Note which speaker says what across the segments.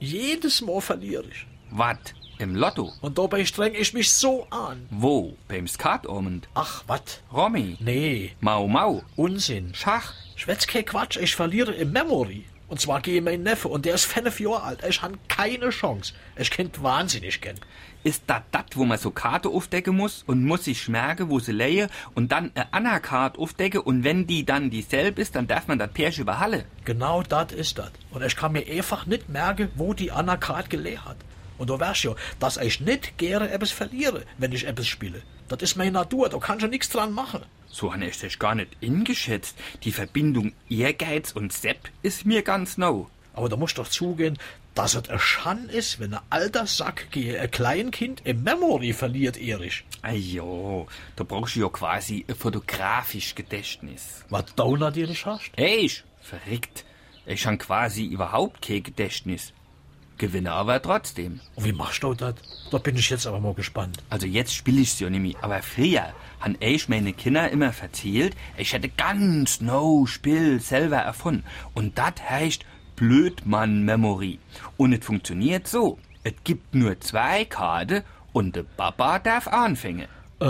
Speaker 1: Jedes Mal verliere ich.
Speaker 2: Wat? Im Lotto?
Speaker 1: Und dabei streng ich mich so an.
Speaker 2: Wo? Beim Skatomend?
Speaker 1: Ach, wat?
Speaker 2: Romy?
Speaker 1: Nee,
Speaker 2: Mau Mau?
Speaker 1: Unsinn.
Speaker 2: Schach?
Speaker 1: Schwätz kein Quatsch, ich verliere im Memory. Und zwar gegen meinen Neffe, und der ist 5 Jahre alt. Ich han keine Chance. Ich kennt wahnsinnig gern.
Speaker 2: Ist dat dat, wo man so Karte aufdecken muss und muss sich schmerge, wo sie leie und dann eine Anna Karte aufdecke und wenn die dann dieselb ist, dann darf man dat Pärchen behalle.
Speaker 1: Genau das ist das. Und ich kann mir einfach nicht merken, wo die Anna gerade gelehrt hat. Und du weißt ja, dass ich nicht gerne etwas verliere, wenn ich etwas spiele. Das ist meine Natur, da kann ich nichts dran machen.
Speaker 2: So han ich dich gar nicht ingeschätzt. Die Verbindung Ehrgeiz und Sepp ist mir ganz neu.
Speaker 1: Aber da musst du doch zugehen, dass es ein Schan ist, wenn ein alter Sack gegen ein Kleinkind im Memory verliert, Erich.
Speaker 2: Ah jo, da brauchst du ja quasi ein fotografisch Gedächtnis.
Speaker 1: Was du natürlich hast?
Speaker 2: Hey, ich, verrückt. Ich han quasi überhaupt kein Gedächtnis. Gewinne aber trotzdem.
Speaker 1: Und wie machst du das? Da bin ich jetzt aber mal gespannt.
Speaker 2: Also jetzt spiele ich's ja nimmi, aber früher han ich meine Kinder immer verzählt, ich hätte ganz no Spiel selber erfunden. Und dat heißt Blödmann-Memory. Und es funktioniert so. Es gibt nur zwei Karte und de Papa darf anfangen.
Speaker 1: Äh,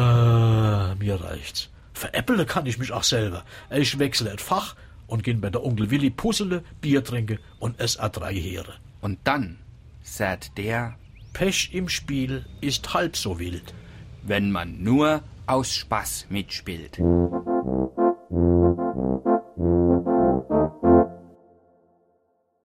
Speaker 1: mir reicht's. Veräpple kann ich mich auch selber. Ich wechsle das Fach und gehen bei der Onkel Willi puzzle, Bier trinke und ess a drei Heere.
Speaker 2: Und dann sagt der,
Speaker 1: Pech im Spiel ist halb so wild.
Speaker 2: wenn man nur aus Spaß mitspielt.
Speaker 3: Thank you.